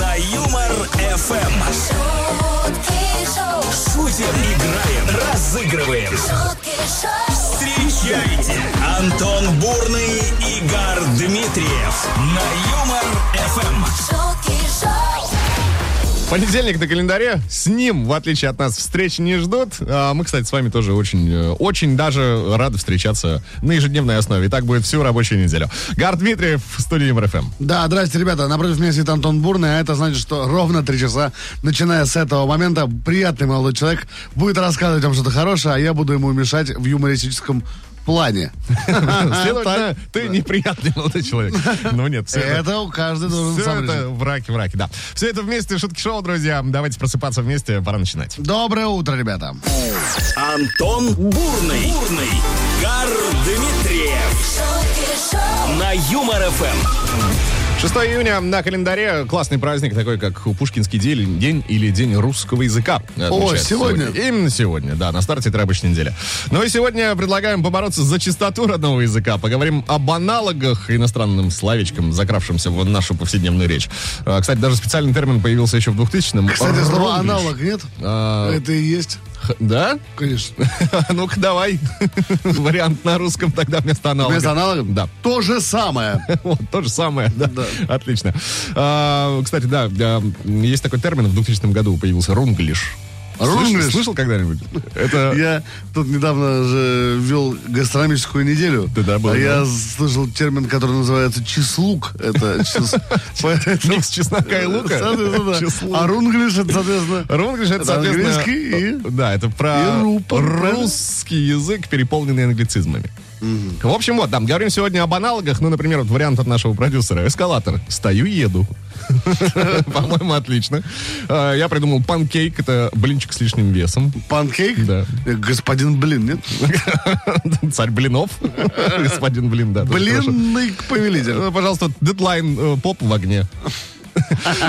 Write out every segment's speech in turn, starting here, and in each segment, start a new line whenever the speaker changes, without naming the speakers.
На Юмор ФМ. Шутим, играем, разыгрываем. Встречайте Антон Бурный, Игорь Дмитриев на Юмор ФМ.
Понедельник на календаре. С ним, в отличие от нас, встреч не ждут. А мы, кстати, с вами тоже очень, э, очень даже рады встречаться на ежедневной основе. И так будет всю рабочую неделю. Гар Дмитриев в студии МРФМ.
Да, здрасте, ребята. Напротив меня сидит Антон Бурный, а это значит, что ровно три часа, начиная с этого момента, приятный молодой человек будет рассказывать вам что-то хорошее, а я буду ему мешать в юмористическом плане.
Следовательно, ты неприятный молодой человек. Ну нет, все это...
А, Это каждый должен
Все
сам решить.
это в раке, в раке, да. Все это вместе, шутки шоу, друзья. Давайте просыпаться вместе, пора начинать.
Доброе утро, ребята.
Эм. Антон Бурный, Бурный, Гар Дмитриев на Юмор Эм. ФМ.
6 июня на календаре классный праздник, такой как Пушкинский день, день или День русского языка. отмечается
сегодня?
Именно сегодня, да, на старте этой рабочей недели. Ну и сегодня предлагаем побороться за чистоту родного языка. Поговорим об аналогах иностранным словечкам, закравшимся в нашу повседневную речь. А, Кстати, даже специальный термин появился еще в 2000-м.
Кстати, слово
Роглиш.
аналог нет?
А.
Это и есть,
Х- Да?
конечно.
Ну-ка, давай. Вариант на русском тогда вместо аналога.
Вместо аналогов?
Да.
То же самое.
Вот, то же самое, да.
Да.
Отлично. А, кстати, да, да, есть такой термин, в 2000 году появился рунглиш.
Рунглиш?
Слышал, слышал когда-нибудь? Это...
Я тут недавно же вел гастрономическую неделю.
Ты, да, был,
а
да?
я слышал термин, который называется числук. Это чис- поэтому-
Микс чеснока и лука?
Соответственно, Э, да.
Числук.
А рунглиш, это, соответственно,
Рунглиш, это,
Это
соответственно... э,
английский и-
Да, это про
и рупор, правильно?
русский язык, переполненный англицизмами. В общем, вот, там, говорим сегодня об аналогах, ну, например, вот вариант от нашего продюсера. Эскалатор. Стою, еду. По-моему, отлично. А, Я придумал панкейк, это блинчик с лишним весом.
панкейк.
Да.
Э, Господин Блин, нет?
Царь блинов. Господин блин, да. тоже хорошо.
Блинный повелитель.
Ну, Пожалуйста, дедлайн э, поп в огне.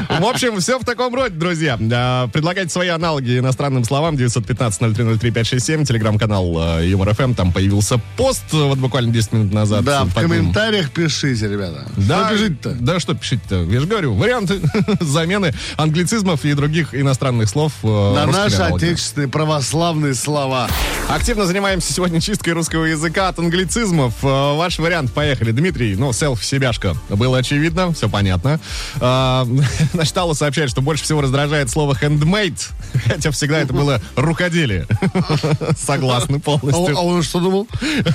В общем, все в таком роде, друзья. А, Предлагайте свои аналоги иностранным словам 915-0303-567, телеграм-канал э, Юмор-ФМ, там появился пост э, вот буквально 10 минут назад.
Да, в
Под ним.
комментариях пишите, ребята.
Да,
Что пишите-то?
Да что пишите-то? Я же говорю, варианты замены англицизмов и других иностранных слов. э,
На
русскими
наши
аналогами.
отечественные православные слова.
Активно занимаемся сегодня чисткой русского языка от англицизмов. Э, Ваш вариант, поехали. Дмитрий, ну, селф-себяшка. Было очевидно, все понятно. Э, Значит, Алла сообщает, что больше всего раздражает слово handmade, хотя всегда это было рукоделие. Согласны
А он-
полностью.
а он что думал?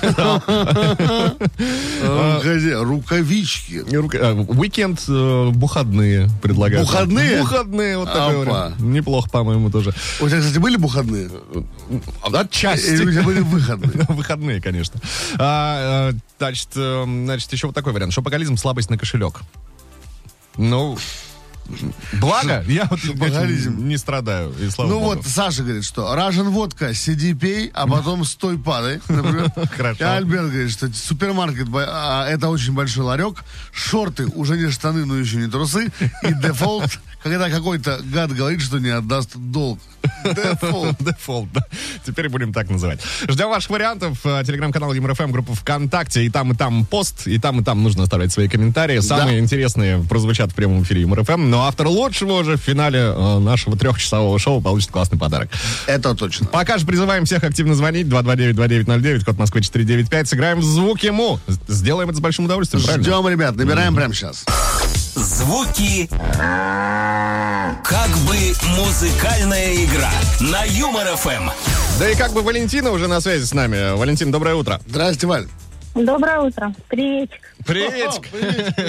Рукоде- Рукавички.
Не рука- а, Уикенд, э, выходные предлагают.
Выходные?
Выходные, вот такой
Опа.
вариант. Неплохо, по-моему, тоже.
У тебя, кстати, были выходные?
Э, Отчасти.
Или у тебя были выходные?
Выходные, конечно. А, э, значит, э, значит, еще вот такой вариант. Шопоголизм, слабость на кошелек. Ну, благо, я вот этим
Шопоголизм.
не страдаю. И слава
Ну
богу.
вот, Саша говорит, что Ражен водка, сиди пей, а потом стой падай. например.
Хорошо.
И Альберт говорит, что супермаркет, бо- а, это очень большой ларек, шорты уже не штаны, но еще не трусы, и дефолт, когда какой-то гад говорит, что не отдаст долг. Дефолт.
Дефолт, да. Теперь будем так называть. Ждем ваших вариантов. Э, Телеграм-канал ЮморФМ, группа ВКонтакте. И там, и там пост, и там, и там нужно оставлять свои комментарии. Самые
Да.
интересные прозвучат в прямом эфире ЮморФМ. Но а автор лучшего уже в финале э, нашего трехчасового шоу получит классный подарок.
Это точно.
Пока же призываем всех активно звонить. 229-2909, код Москвы 495. Сыграем в звук ему. С- Сделаем это с большим удовольствием, правильно?
Ждем, ребят, набираем прямо сейчас.
Звуки. Как бы музыкальная игра на Юмор Эм. ФМ.
Да и как бы Валентина уже на связи с нами. Валентин, доброе утро.
Здрасте, Валь.
Доброе утро. Приветик.
Приветик.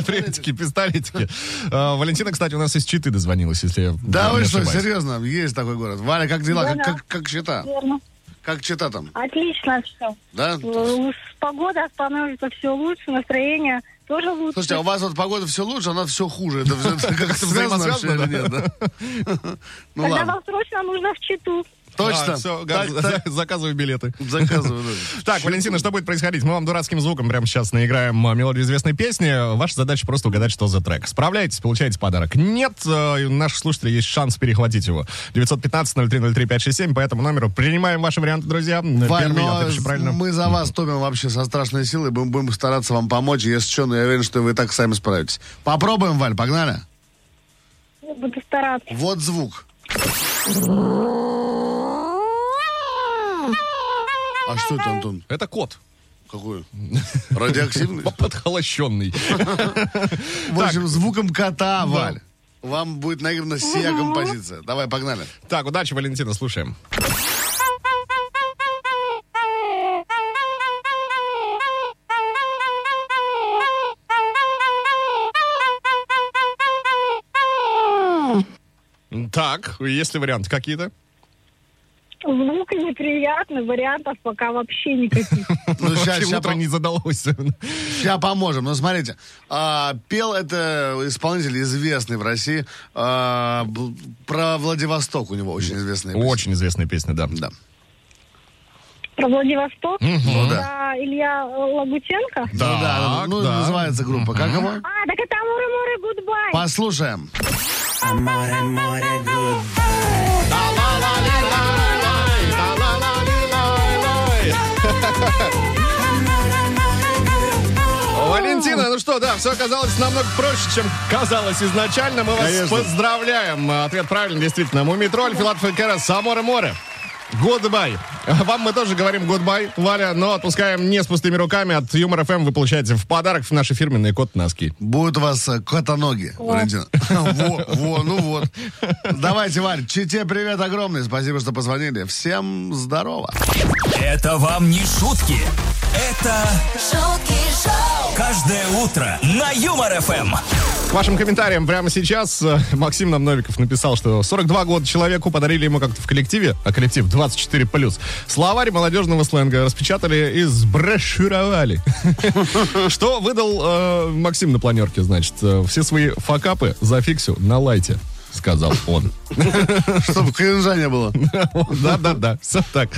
Приветики, пистолетики. А, Валентина, кстати, у нас из Читы дозвонилась, если я
Да
не
вы что,
ошибаюсь.
серьезно, есть такой город. Валя, как дела? Как-
Да-да.
Как как счета?
Верно.
Как счета там?
Отлично Э, все.
Да?
Ну, Погода становится все лучше, настроение тоже лучше.
Слушайте, а у вас вот погода все лучше, а у нас все хуже. Это, всё- это как-то взаимосвязано вообще
Взаимосвязано,
или нет, да? Ну
Тогда
ладно,
вам срочно нужно в Читу.
А,
точно.
всё,
Так,
газ-
так,
Заказываю билеты.
Заказываю. да.
Так, Валентина, что будет происходить? Мы вам дурацким звуком прямо сейчас наиграем а, мелодию известной песни. Ваша задача просто угадать, что за трек. Справляетесь, получаете подарок. Нет, э, у наших слушателей есть шанс перехватить его. 915-0303-567, по этому номеру принимаем ваши варианты, друзья. Э,
Валь,
Первый, я
но
отвечу правильно.
ну а мы за вас топим вообще со страшной силой. Будем, будем стараться вам помочь. Если что, но я уверен, что вы и так сами справитесь. Попробуем, Валь, погнали.
буду стараться.
Вот звук. А что это, Антон?
Это кот.
Какой? Радиоактивный?
Подхолощенный.
В общем, звуком кота, Валь. Вам будет наиграна сия композиция. Давай, погнали.
Так, удачи, Валентина, слушаем. Так, есть ли варианты какие-то?
Звук неприятный, вариантов пока вообще никаких.
Ну, сейчас,
Почему-то не задалось.
Сейчас поможем. Ну, смотрите, а, пел это исполнитель известный в России. а, бл- про Владивосток у него очень известная песня.
Очень известная песня, да.
Да.
Про Владивосток?
Ну, да.
Про Илья э, Лагутенко?
Ну, да,
Так,
ну,
да.
называется группа. Как его?
А, так это Муры-Муры Гудбай.
Послушаем.
Валентина, ну что, да, все оказалось намного проще, чем казалось изначально. Мы вас
Конечно.
поздравляем. Ответ правильный, действительно. Мумитроль, Филатов и Кэра, Самора Море. Goodbye. Вам мы тоже говорим goodbye, Валя, но отпускаем не с пустыми руками. От Юмор ФМ вы получаете в подарок наши фирменные кот-носки.
Будут у вас э, котоноги, Валентина. Во, во, ну вот. Давайте, Варь, Чите привет огромный. Спасибо, что позвонили. Всем здорово.
Это вам не шутки. Это
шутки шоу,
каждое утро на Юмор Эм. ФМ.
К вашим комментариям прямо сейчас э, Максим нам Новиков написал, что 42 года человеку подарили ему как-то в коллективе, а коллектив 24+, словарь молодежного сленга распечатали и сброшюровали. Что выдал э, Максим на планерке, значит, э, все свои факапы зафиксю на лайте сказал он.
Чтобы кринжа не было.
Да-да-да, все так.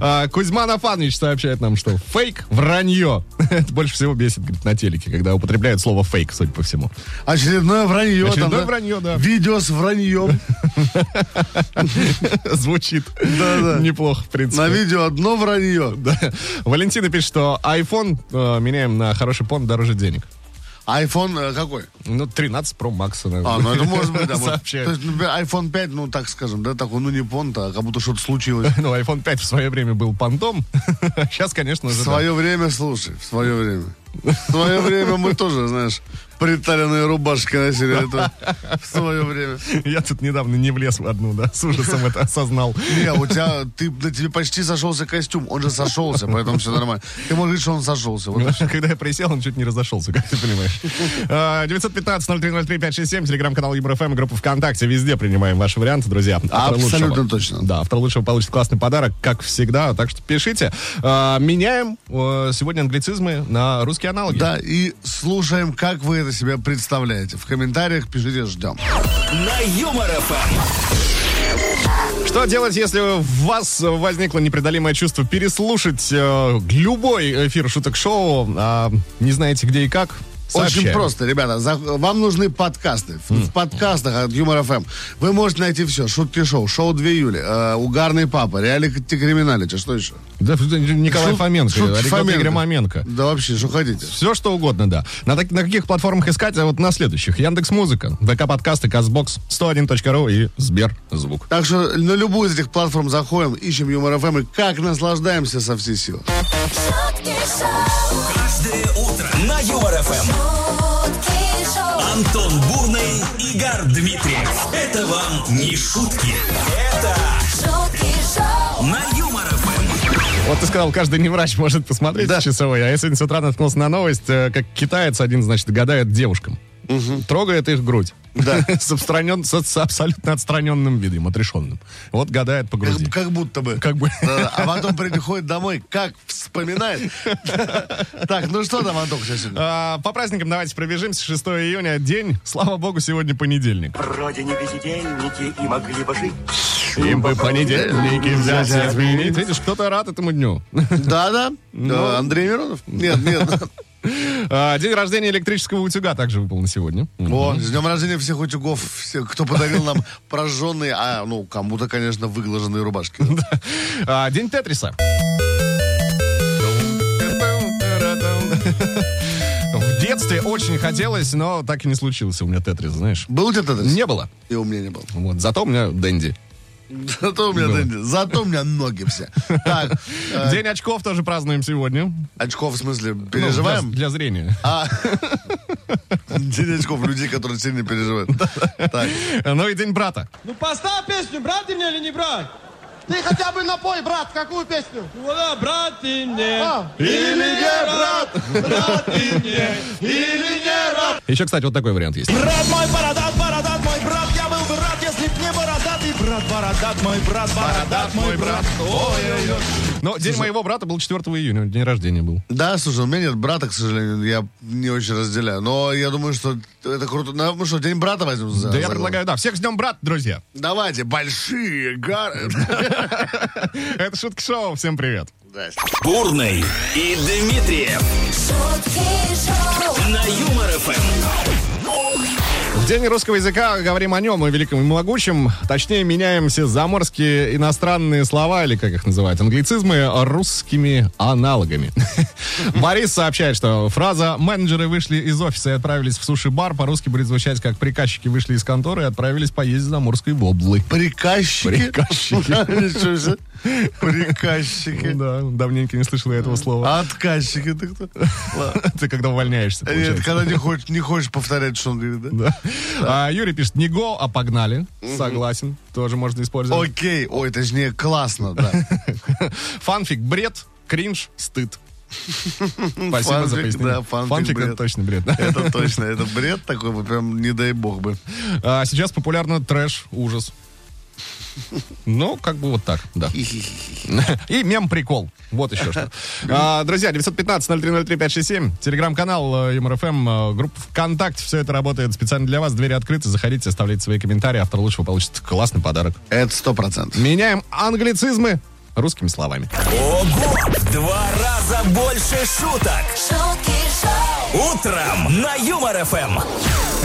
А, Кузьма Нафанович сообщает нам, что фейк — вранье. Это больше всего бесит, говорит, на телеке, когда употребляют слово фейк, судя по всему.
Очередное вранье. там,
Очередное вранье, да.
Видео с враньем.
Звучит
Да-да.
неплохо, в принципе.
На видео одно вранье.
Да. Валентина пишет, что iPhone э, меняем на хороший пон дороже денег.
Айфон э, какой?
Ну, 13 Pro Max. наверное.
А, ну это может быть, да. может.
Сообщает.
То есть, например, iPhone 5, ну так скажем, да, такой, ну не понта, а как будто что-то случилось.
Ну, iPhone 5 в свое время был понтом. Сейчас, конечно
В
же, да.
свое время, слушай, в свое время. В свое время мы тоже, знаешь, приталенные рубашки носили. Это в свое время.
Я тут недавно не влез в одну, да, с ужасом это осознал.
Не, у тебя, ты, на тебе почти сошелся костюм. Он же сошелся, поэтому все нормально. Ты можешь говорить, что он сошелся. Вот.
Когда я присел, он чуть не разошелся, как ты понимаешь. А, 915-0303-567, телеграм-канал ЮморФМ, группа ВКонтакте. Везде принимаем ваши варианты, друзья. Автор лучшего.
Абсолютно точно.
Да, автор лучшего получит классный подарок, как всегда. Так что пишите. А, Меняем э, сегодня англицизмы на русские аналоги.
Да, и слушаем, как вы это себе представляете. В комментариях пишите, ждем.
На Юмор ФМ.
Что делать, если у вас возникло непреодолимое чувство переслушать э, любой эфир шуток-шоу, а не знаете где и как?
Очень
Сообщаем.
просто, ребята. За- Вам нужны подкасты. В, в подкастах от Юмор ФМ вы можете найти все. Шутки шоу, шоу 2 июля, э, угарный папа, реалити криминалити, что еще?
Да, Николай
Шут-
Фоменко,
шутки
Александр
Фоменко.
Громоменко.
Да вообще, что хотите.
Все что угодно, да. На, так- на каких платформах искать, а вот на следующих. Яндекс Музыка, ВК Подкасты, Казбокс, 101.ру и Сбер Звук.
Так что на любую из этих платформ заходим, ищем Юмор ФМ и как наслаждаемся со всей силы.
шутки шоу,
Каждое утро на Юмор ФМ.
шутки шоу,
Антон Бурный, Игорь Дмитриев. Это вам не шутки. Это
шутки шоу,
на Юмор ФМ.
Вот ты сказал, каждый не врач может посмотреть часовой. А я сегодня с утра наткнулся на новость, э, как китаец один, значит, гадает девушкам. Трогает их грудь.
Да.
С, обстранен- с- с абсолютно отстраненным видом, отрешенным. Вот гадает по груди.
Как, как будто бы.
Как бы.
Да-да. А потом приходит домой, как вспоминает. Так, ну что там, Антох, сегодня?
А, По праздникам давайте пробежимся. 6 июня день. Слава богу, сегодня понедельник.
Вроде не бездельники и могли бы жить.
Им бы понедельники взять и отменить. Видишь, кто-то рад этому дню.
Да-да,
Ну.
Да, Андрей Миронов? Нет, нет.
А, День рождения электрического утюга также выпал на сегодня.
О, с днем рождения всех утюгов, всех, кто подарил нам прожженные, а, ну, кому-то, конечно, выглаженные рубашки.
А, День Тетриса. В детстве очень хотелось, но так и не случилось у меня тетрис, знаешь.
Был у тебя тетрис?
Не было.
И у меня не было.
Вот, зато у меня Дэнди.
Зато у меня, Дэнди, зато у меня ноги все. Так, э,
День очков тоже празднуем сегодня.
очков в смысле
Ну,
переживаем?
Для, для зрения.
А, день очков людей, которые сильно переживают. Так,
Ну и День брата.
Ну поставь песню, брат ты мне или не брат?
Ты хотя бы напой, брат, какую песню?
Ну да, брат ты мне.
А.
Или не брат, брат ты мне, или не брат.
Еще, кстати, вот такой вариант есть.
Брат мой бородат, бородат мой брат, я был бы рад, если б не бородатый брат, бородат мой брат, бородат мой брат. Ой-ой-ой.
Но день моего брата был 4 июня, день рождения был.
Да, слушай, у меня нет брата, к сожалению, я не очень разделяю. Но я думаю, что это круто. Ну, мы что, день брата возьмем? за-
Да я
за
предлагаю, да, всех с днем брат, друзья.
главу? Давайте, большие гары.
Это Шутки Шоу, всем привет.
Бурный и Дмитриев
шутки шоу,
на Юмор ФМ.
В День русского языка говорим о нем, о великом и могучем. Точнее, меняем все заморские иностранные слова, или как их называют, англицизмы, русскими аналогами. Борис сообщает, что фраза «менеджеры вышли из офиса и отправились в суши-бар» по-русски будет звучать как «приказчики вышли из конторы и отправились поесть заморской воблы».
Приказчики.
Приказчики.
Ничего себе. Приказчики.
Да, давненько не слышал я этого слова.
А отказчики ты кто?
Ты когда увольняешься,
А? Нет,
получается.
когда не хочешь, не хочешь повторять, что он говорит, да?
Да. А, Юрий пишет, не го, а погнали. Согласен, тоже можно использовать.
Окей, ой, точнее, классно, да.
Фанфик, бред, кринж, стыд. Спасибо за
Фанфик, да,
пояснение.
фанфик,
Фанфик, это
бред.
точно бред.
Это точно, это бред такой, вот прям не дай бог бы.
А Сейчас популярно трэш, ужас. Ну, как бы вот так, да. И мем-прикол. Вот еще что. А, Друзья, 915-0303-567, телеграм-канал э, ЮморФМ, группа ВКонтакте. Все это работает специально для вас. Двери открыты, заходите, оставляйте свои комментарии. Автор лучшего получит классный подарок.
Это сто процентов.
Меняем англицизмы русскими словами.
Ого! В Два раза больше шуток.
шутки шоу,
Утром на Юмор ФМ.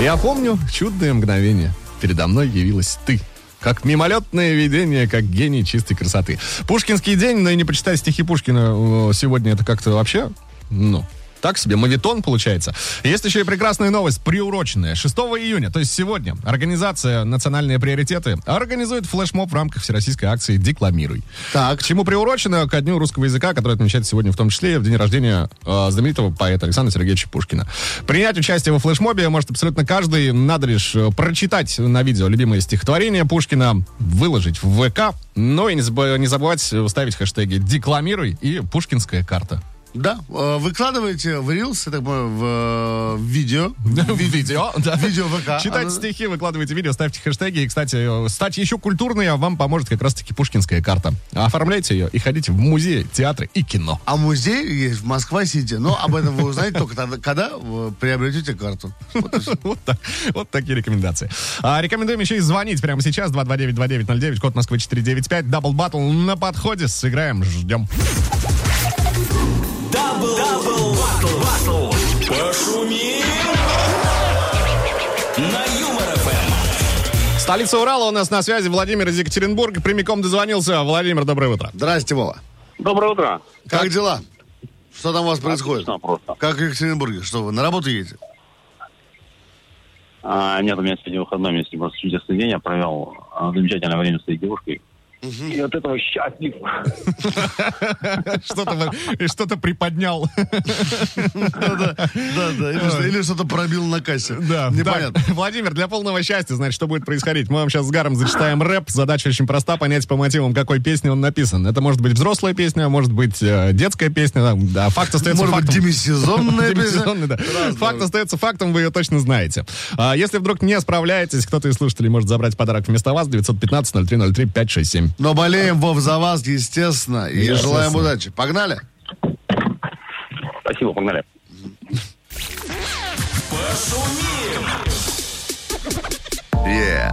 Я помню чудное мгновение. Передо мной явилась ты. Как мимолетное видение, как гений чистой красоты. Пушкинский день, но и не почитать стихи Пушкина э, сегодня это как-то вообще, ну, так себе, мавитон получается. Есть еще и прекрасная новость, приуроченная. 6 июня, то есть сегодня, организация «Национальные приоритеты» организует флешмоб в рамках всероссийской акции «Декламируй».
Так.
К чему приурочено? Ко дню русского языка, который отмечается сегодня в том числе и в день рождения э, знаменитого поэта Александра Сергеевича Пушкина. Принять участие во флешмобе может абсолютно каждый. Надо лишь э, прочитать на видео любимое стихотворение Пушкина, выложить в ВК, ну и не, забы- не забывать э, ставить хэштеги «Декламируй» и «Пушкинская карта».
Да, э, выкладываете в Reels, я так понимаю, в э, видео.
В видео, да.
Видео ВК.
Читайте
Оно-
стихи, выкладывайте видео, ставьте хэштеги. И, кстати, э, стать еще культурной а вам поможет как раз-таки пушкинская карта. Оформляйте ее и ходите в музеи, театры и кино.
А музей есть в Москва-Сити, но об этом вы узнаете только тогда, когда вы приобретете карту. Вот и всё.
Вот, так, вот такие рекомендации. А, рекомендуем еще и звонить прямо сейчас. 229-2909, код Москвы 495. Дабл баттл на подходе. Сыграем, ждем.
Дабл, дабл, батл, батл. Пошумим на Юмор ФМ.
Столица Урала у нас на связи. Владимир из Екатеринбурга. Прямиком дозвонился. Владимир, доброе утро.
Здрасте, Вова.
Доброе утро.
Как, дела? Что там у вас происходит?
Отлично просто.
Как в Екатеринбурге? Что вы, на работу едете?
А, нет, у меня сегодня выходной, у меня сегодня просто чудесный день. Я провел а, замечательное время с этой девушкой. И от этого счастлив.
Что-то, вы- что-то приподнял.
Да, да, или, что- или что-то пробил на кассе.
А. Да,
Непонятно.
так, Владимир, для полного счастья, значит, что будет происходить. Мы вам сейчас с Гаром зачитаем рэп. Задача очень проста, понять по мотивам, какой песни он написан. Это может быть взрослая песня, может быть э, детская песня. там, Да, факт остается
Может быть,
фактом.
демисезонная песня?
Демисезонный, да.
Разные.
Факт остается фактом, вы ее точно знаете. А если вдруг не справляетесь, кто-то из слушателей может забрать подарок вместо вас 915 0303 567.
Но болеем, Вов, за вас, естественно, и
Естественно.
желаем удачи. Погнали?
Спасибо, погнали.
Yeah.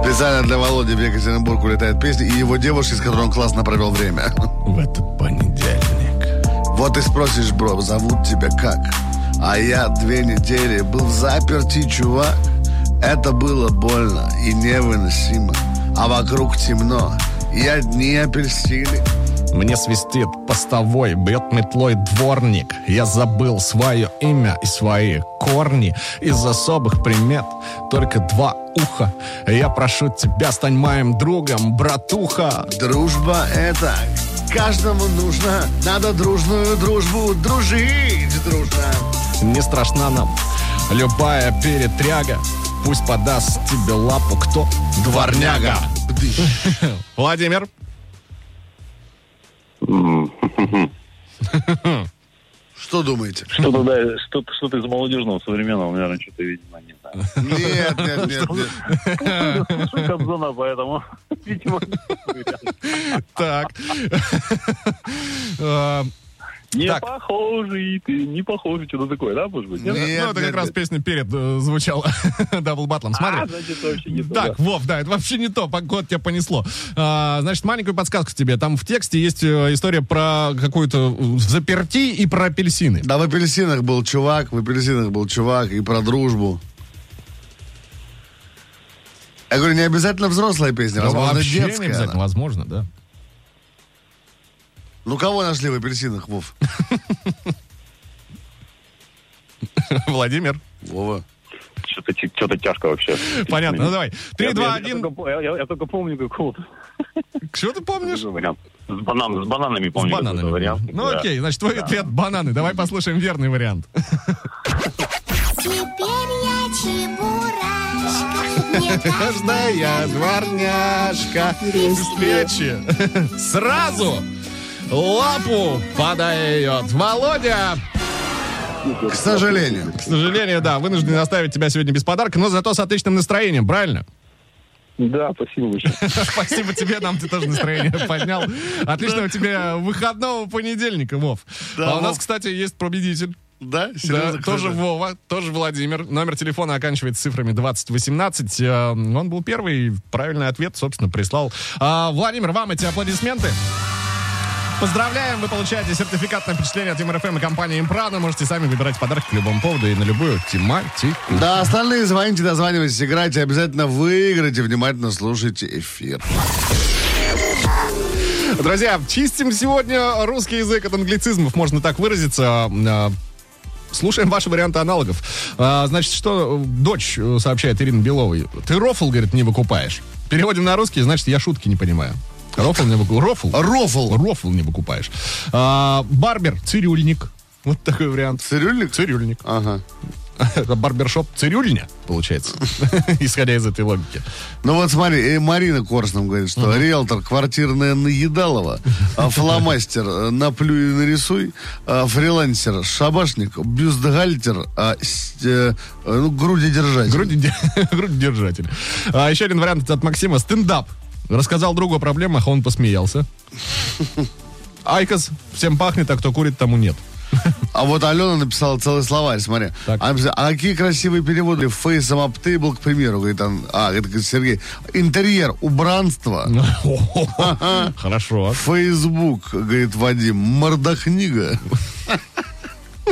Специально для Володи в Екатеринбург улетает песня и его девушки, с которой он классно провел время.
В этот понедельник.
Вот и спросишь, бро, зовут тебя как? А я две недели был в заперти, чувак. Это было больно и невыносимо, а вокруг темно, и одни апельсины.
Мне свистит постовой, бьет метлой дворник. Я забыл свое имя и свои корни. Из особых примет только два уха. Я прошу тебя, стань моим другом, братуха.
Дружба это каждому нужно. Надо дружную дружбу дружить дружно.
Не страшна нам любая перетряга. Пусть подаст тебе лапу кто? Дворняга.
Бдыщ.
Владимир.
Что думаете?
Что-то, да, что-то, что-то из молодежного современного, наверное, что-то, видимо, не знаю.
Нет, нет, нет, нет.
Слушаю Ну, Кобзона, поэтому, видимо,
Так. Э,
не
Так.
похожий ты, не похожий, что-то такое, да, может быть? нет?
Нет,
Ну, это
нет,
как раз
нет.
песня перед э, звучала Дабл Батлом.
А,
Смотри.
значит, это вообще не то,
Так,
да.
Вов, да, это вообще не то, погод тебя понесло. А, значит, маленькую подсказку тебе. Там в тексте есть э, история про какую-то э, заперти и про апельсины.
Да в апельсинах был чувак, в апельсинах был чувак и про дружбу. Я говорю, не обязательно взрослая песня, возможно,
вообще не
детская.
обязательно, возможно, да.
Ну, кого нашли в апельсинах, Вов?
Владимир.
Вова.
Что-то, тя- что-то тяжко вообще.
Понятно, ну давай.
Я-
Три,
я-
два,
я
один.
только по- Я я только помню какого-то
Что ты помнишь?
варианта. С банан- с бананами
С
помню
бананами.
какой-то вариант.
Ну
Да.
окей, значит, твой ответ бананы. Давай послушаем верный вариант.
Теперь я чебурашка. Мне каждая
Каждая дворняжка при встрече сразу лапу подает. Володя,
К сожалению.
к сожалению, да, вынуждены оставить тебя сегодня без подарка, но зато с отличным настроением, правильно?
Да, спасибо большое.
Спасибо тебе, нам ты тоже настроение поднял. Отличного тебе выходного понедельника, Вов.
Да,
А у нас,
Вов.
кстати, есть победитель.
Да?
Да,
Серьезно? кто
тоже
это?
Вова, тоже Владимир. Номер телефона оканчивается цифрами 2018. Э, Он был первый, правильный ответ, собственно, прислал. А, Владимир, вам эти аплодисменты. Поздравляем, вы получаете сертификат на впечатление от МРФМ и компании «Импрана». Можете сами выбирать подарок к любому поводу и на любую тематику.
Да, остальные звоните, дозванивайтесь, играйте, обязательно выиграйте, внимательно слушайте эфир.
Друзья, чистим сегодня русский язык от англицизмов, можно так выразиться. Э, Слушаем ваши варианты аналогов. А, значит, что э, дочь э, сообщает Ирина Беловой? Ты рофл, говорит, не выкупаешь. Переводим на русский, значит, я шутки не понимаю. Рофл не выкупаешь. Рофл.
Рофл.
Рофл не выкупаешь. А, барбер, цирюльник. Вот такой вариант.
Цирюльник?
Цирюльник.
Ага.
Барбершоп цирюльня, получается. Исходя из этой логики.
Ну вот смотри, э, Марина Корс нам говорит, что риэлтор квартирная наедалова, а фломастер э, наплюй и нарисуй, а фрилансер шабашник, бюстгальтер, а с- э, э, ну, груди держать.
Груди- Грудедержатель. А, еще один вариант от Максима. Стендап. Рассказал другу о проблемах, а он посмеялся. Айкос. Всем пахнет, а кто курит, тому нет.
А вот Алена написала целый словарь, смотри.
Так.
Она написала, а какие красивые переводы? Фейсом Аптейбл, к примеру, говорит он. А, это говорит, Сергей. Интерьер, А, убранство.
Хорошо.
Фейсбук, говорит Вадим, мордокнига.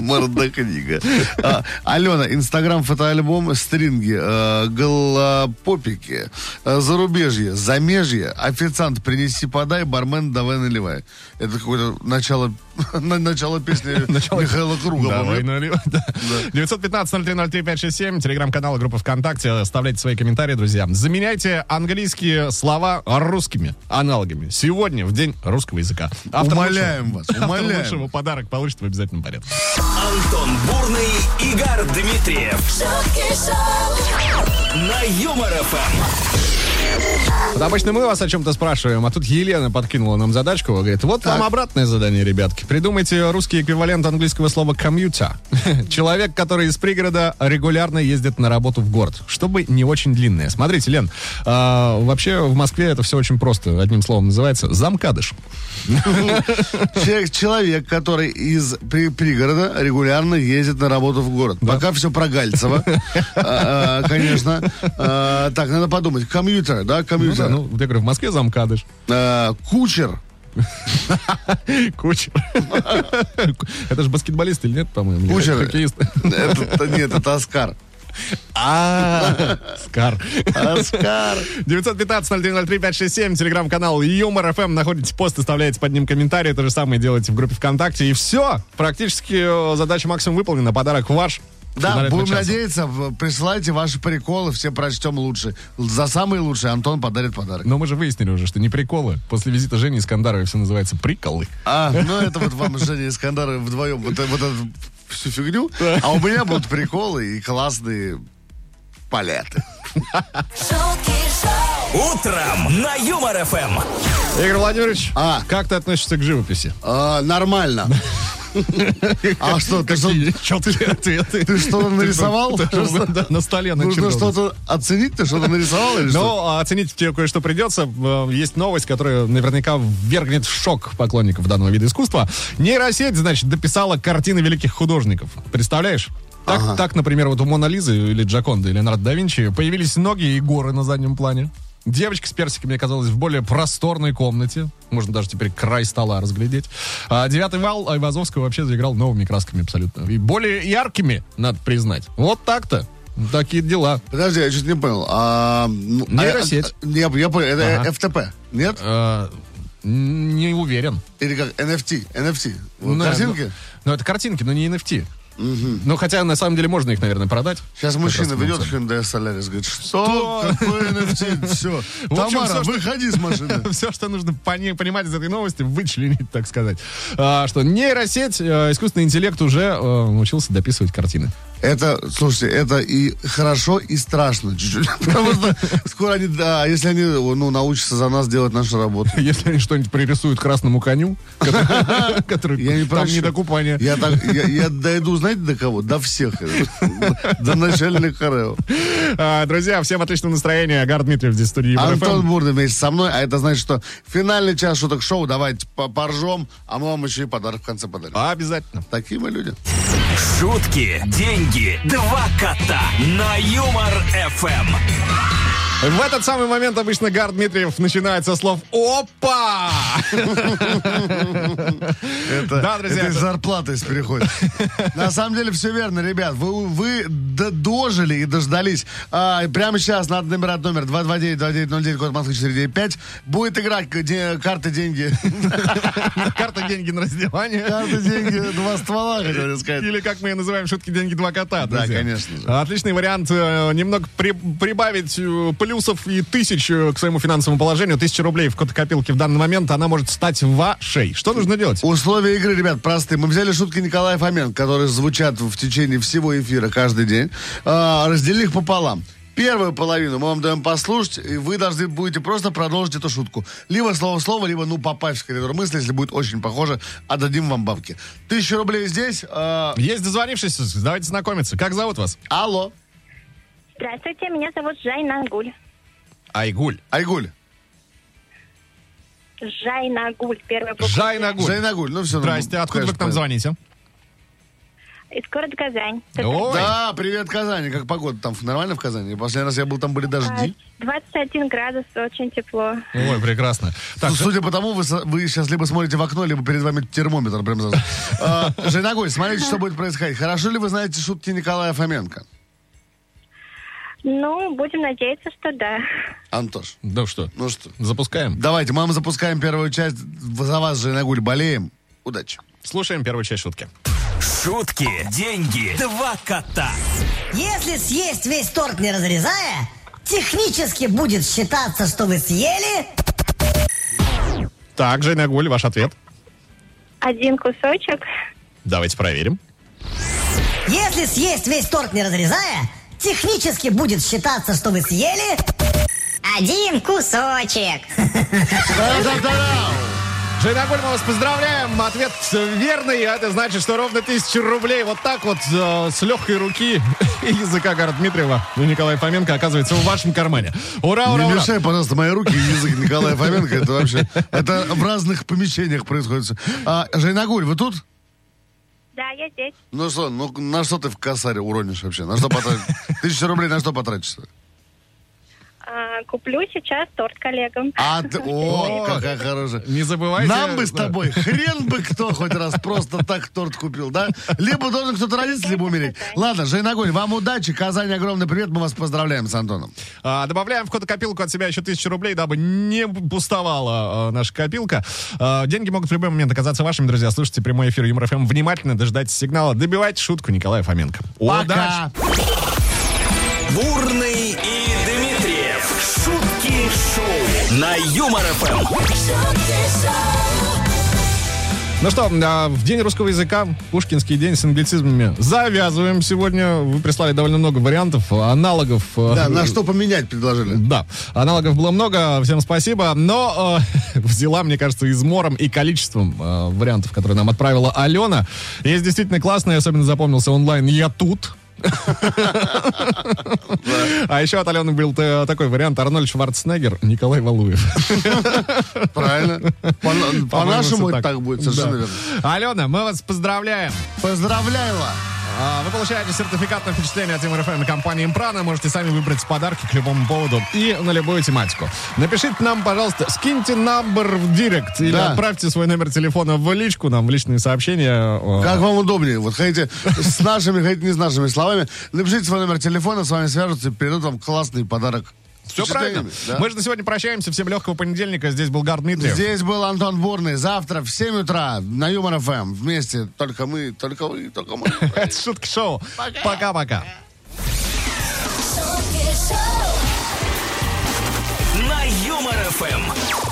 Мордокнига. А, Алена, Инстаграм, фотоальбом, стринги, э, голопопики, э, зарубежье, замежье, официант, принеси, подай, бармен, давай, наливай. Это какое-то начало, на- начало песни Михаила Круга.
Давай
по-моему.
налево. Да. 915-0303-567, телеграм-канал, группа ВКонтакте. Оставляйте свои комментарии, друзья. Заменяйте английские слова русскими аналогами. Сегодня, в день русского языка.
Умоляем
лучшего-
вас,
автор
умоляем.
лучшего подарок получит в обязательном порядке.
Антон Бурный, Игорь Дмитриев
шутки шоу.
на Юмор ФМ.
Вот обычно мы вас о чем-то спрашиваем, а тут Елена подкинула нам задачку. Говорит, вот вам обратное задание, ребятки. Придумайте русский эквивалент английского слова комьюта. Человек, который из пригорода регулярно ездит на работу в город. Чтобы не очень длинное. Смотрите, Лен, а, вообще в Москве это все очень просто. Одним словом называется замкадыш.
Человек, человек, который из при- пригорода регулярно ездит на работу в город. Пока все про Гальцева, А, а, конечно. А, Так, надо подумать. Компьютер, да,
Ну, да,
компьютер.
ну, вот я говорю, в Москве замкадыш.
А, Кучер.
Кучер. Это же баскетболист или нет, по-моему?
Кучер.
Хоккеист.
Это- Нет, это Оскар.
А, Скар.
Оскар.
915-0303-567, телеграм-канал Юмор ФМ. Находите пост, оставляете под ним комментарий. То же самое делаете в группе ВКонтакте. И все. Практически э, задача максимум выполнена. Подарок ваш.
Да,
Финале
будем
этого часа.
надеяться. в- Присылайте ваши приколы, все прочтем лучше. За самые лучшие Антон подарит подарок.
Но мы же выяснили уже, что не приколы. После визита Жени Искандаровой все называется приколы.
А, ну это вот вам Женя Искандары вдвоем вот, э- вот эту всю фигню. А у меня будут приколы и классные палеты.
шутки шоу,
Утром на Юмор ФМ.
Игорь Владимирович,
А.
как ты относишься к живописи?
А, нормально. А что, ты что,
Какие четкие ответы.
ты что-то нарисовал?
Ты что,
Что-
да, На столе
нужно
начертано.
что-то оценить? Ты что-то нарисовал или что?
Но а, оценить тебе кое-что придется. Э, Есть новость, которая наверняка ввергнет в шок поклонников данного вида искусства. Нейросеть, значит, дописала картины великих художников. Представляешь? Так, так, например, вот у Мона Лизы или Джаконды, или Леонардо да Винчи появились ноги и горы на заднем плане. Девочка с персиками оказалась в более просторной комнате. Можно даже теперь край стола разглядеть. А девятый вал Айвазовского вообще заиграл новыми красками абсолютно. И более яркими, надо признать. Вот так-то. Такие дела.
Подожди, я чуть не понял. А, ну, а,
Нейросеть.
а, Я, я понял, это
Ага.
FTP, нет?
Э, не уверен.
Или как NFT, NFT. Вот
Ну,
картинки?
Ну, ну, это картинки, но не NFT. Ну, хотя, на самом деле, можно их, наверное, продать.
Сейчас
Как
мужчина
раз
ведет
на самом
Hyundai Solaris, говорит, что? Какой NFT? Все.
В общем,
Тамара,
всё, что-
выходи с машины.
Все, что нужно пони- понимать из этой новости, вычленить, так сказать. А, что нейросеть, э, искусственный интеллект уже э, научился дописывать картины.
Это, слушайте, это и хорошо, и страшно чуть-чуть. Потому что скоро они, да, если они ну, научатся за нас делать нашу работу.
Если они что-нибудь пририсуют красному коню, который
Я не
который там
прощу.
недокупание.
Я, так, я, я дойду, знаете, до кого? До всех. До начальника Хорео.
А, Друзья, всем отличного настроения. Гар Дмитриев здесь в студии. Эм. Юмор
Антон
FM.
Бурда вместе со мной, а это значит, что финальный час шуток шоу, давайте по- поржем, а мы вам еще и подарок в конце подарим.
Обязательно.
Такие мы люди.
Шутки, деньги, два кота на Юмор ФМ.
В этот самый момент обычно Гар Дмитриев начинает со слов «Опа!»
Это,
Да, друзья,
это из
это-
зарплаты из переходит. На самом деле все верно, ребят. Вы, вы д- дожили и дождались. А, и прямо сейчас надо набирать номер 229-2909, код Москвы 495. Будет игра к- де- карты, деньги.
Карта «Деньги на раздевание».
Карты, деньги, э, два ствола, хотел сказать.
Или как мы ее называем, шутки, деньги, два кота.
Да,
друзья.
конечно же.
Отличный вариант. э, Немного при- прибавить э, плюсов и тысяч э, к своему финансовому положению. Тысяча рублей в копилки в данный момент. Она может стать вашей. Что нужно делать?
Условия игры, ребят, простые. Мы взяли шутки Николая Фоменко, которые звучат в течение всего эфира каждый день. А, разделили их пополам. Первую половину мы вам даем послушать, и вы должны будете просто продолжить эту шутку. Либо слово в слово, либо ну попасть в коридор мысли, если будет очень похоже, отдадим вам бабки. Тысяча рублей здесь. а,
Есть дозвонившийся? Давайте знакомиться. Как зовут вас?
алло,
Здравствуйте, меня зовут Жайнагуль.
Айгуль.
Айгуль,
Жайнагуль, первая буква.
Жайнагуль.
Жайнагуль, ну все.
Здрасте. Откуда вы к нам звоните?
Из города Казань.
Ой.
Да, привет, Казани. Как погода там? Нормально в Казани? Последний раз я был, там были дожди.
21 Э, градус, очень тепло.
Ой, прекрасно. Так,
Ну, судя по тому, вы, со- вы сейчас либо смотрите в окно, либо перед вами термометр прям сразу. А, Женогой, смотрите, что будет происходить. Хорошо ли вы знаете шутки Николая Фоменко?
Ну, будем надеяться, что да.
Антош,
ну что,
ну что?
запускаем.
Давайте, мама, запускаем первую часть. За вас, Женогуль, болеем. Удачи.
Слушаем первую часть шутки.
Шутки, деньги, два кота.
Если съесть весь торт не разрезая, технически будет считаться, что вы съели...
Так, Жайнагуль, ваш ответ.
Один кусочек.
Давайте проверим.
Если съесть весь торт не разрезая, технически будет считаться, что вы съели... Один кусочек.
Жайнагуль, мы вас поздравляем. Ответ верный. а Это значит, что ровно тысячу рублей. Вот так вот э, с легкой руки и языка Гара Дмитриева и Николая Фоменко оказывается в вашем кармане. Ура, ура,
Не
ура.
мешай, пожалуйста, мои руки и язык Николая Фоменко. Это вообще... Это в разных помещениях происходит. всё. А, Женогуль, вы тут?
Да, я здесь.
Ну что, ну на что ты в косаре уронишь вообще? На что потратишь? Тысяча рублей на что потратишься?
А, А, куплю сейчас торт коллегам.
А ты- О, какая хорошая.
Не забывайте.
Нам бы с
да.
тобой, хрен бы кто хоть раз просто так торт купил, да? Либо должен кто-то родиться, либо умереть. Ладно, Жейнагонь, вам удачи, Казань, огромный привет, мы вас поздравляем с Антоном.
А, добавляем в копилку от себя еще тысячу рублей, дабы не пустовала а, наша копилка. А, деньги могут в любой момент оказаться вашими, друзья. Слушайте прямой эфир Юмор ФМ внимательно, дождайтесь сигнала, добивайте шутку Николая Фоменко. Удачи!
Пока!
Бурный и Дмитриев. Шутки шоу на Юмор ФМ.
шутки шоу,
Ну что, а, в День русского языка, Пушкинский день с англицизмами, завязываем сегодня. Вы прислали довольно много вариантов, аналогов. э,
Да, на что поменять предложили?
Да, аналогов было много, всем спасибо, но э, взяла, мне кажется, измором и количеством э, вариантов, которые нам отправила Алена. Есть действительно классные, особенно запомнился онлайн «Я тут». А еще от Алены был э, такой вариант Арнольд Шварценеггер, Николай Валуев.
Правильно. По- По-нашему
По-моему,
это так будет, совершенно
Да.
верно.
Алена, мы вас поздравляем.
Поздравляю вас!
А, Вы получаете сертификат на впечатление от МРФМ и компании «Импрана». Можете сами выбрать подарки к любому поводу и на любую тематику. Напишите нам, пожалуйста, скиньте номер в директ или
Да.
отправьте свой номер телефона в личку, нам в личные сообщения. Э,
Как вам удобнее? Вот хотите с нашими, хотите не с нашими словами. Напишите свой номер телефона, с вами свяжутся, передадут вам классный подарок. С
Все правильно.
впечатлениями, да.
Мы же на сегодня прощаемся. Всем легкого понедельника. Здесь был Гард Дмитриев.
Здесь был Антон Бурный. Завтра в 7 утра на Юмор ФМ. Вместе. Только мы, только вы, только мы.
Это шутки шоу. Пока-пока.
шутки шоу.
На Юмор ФМ.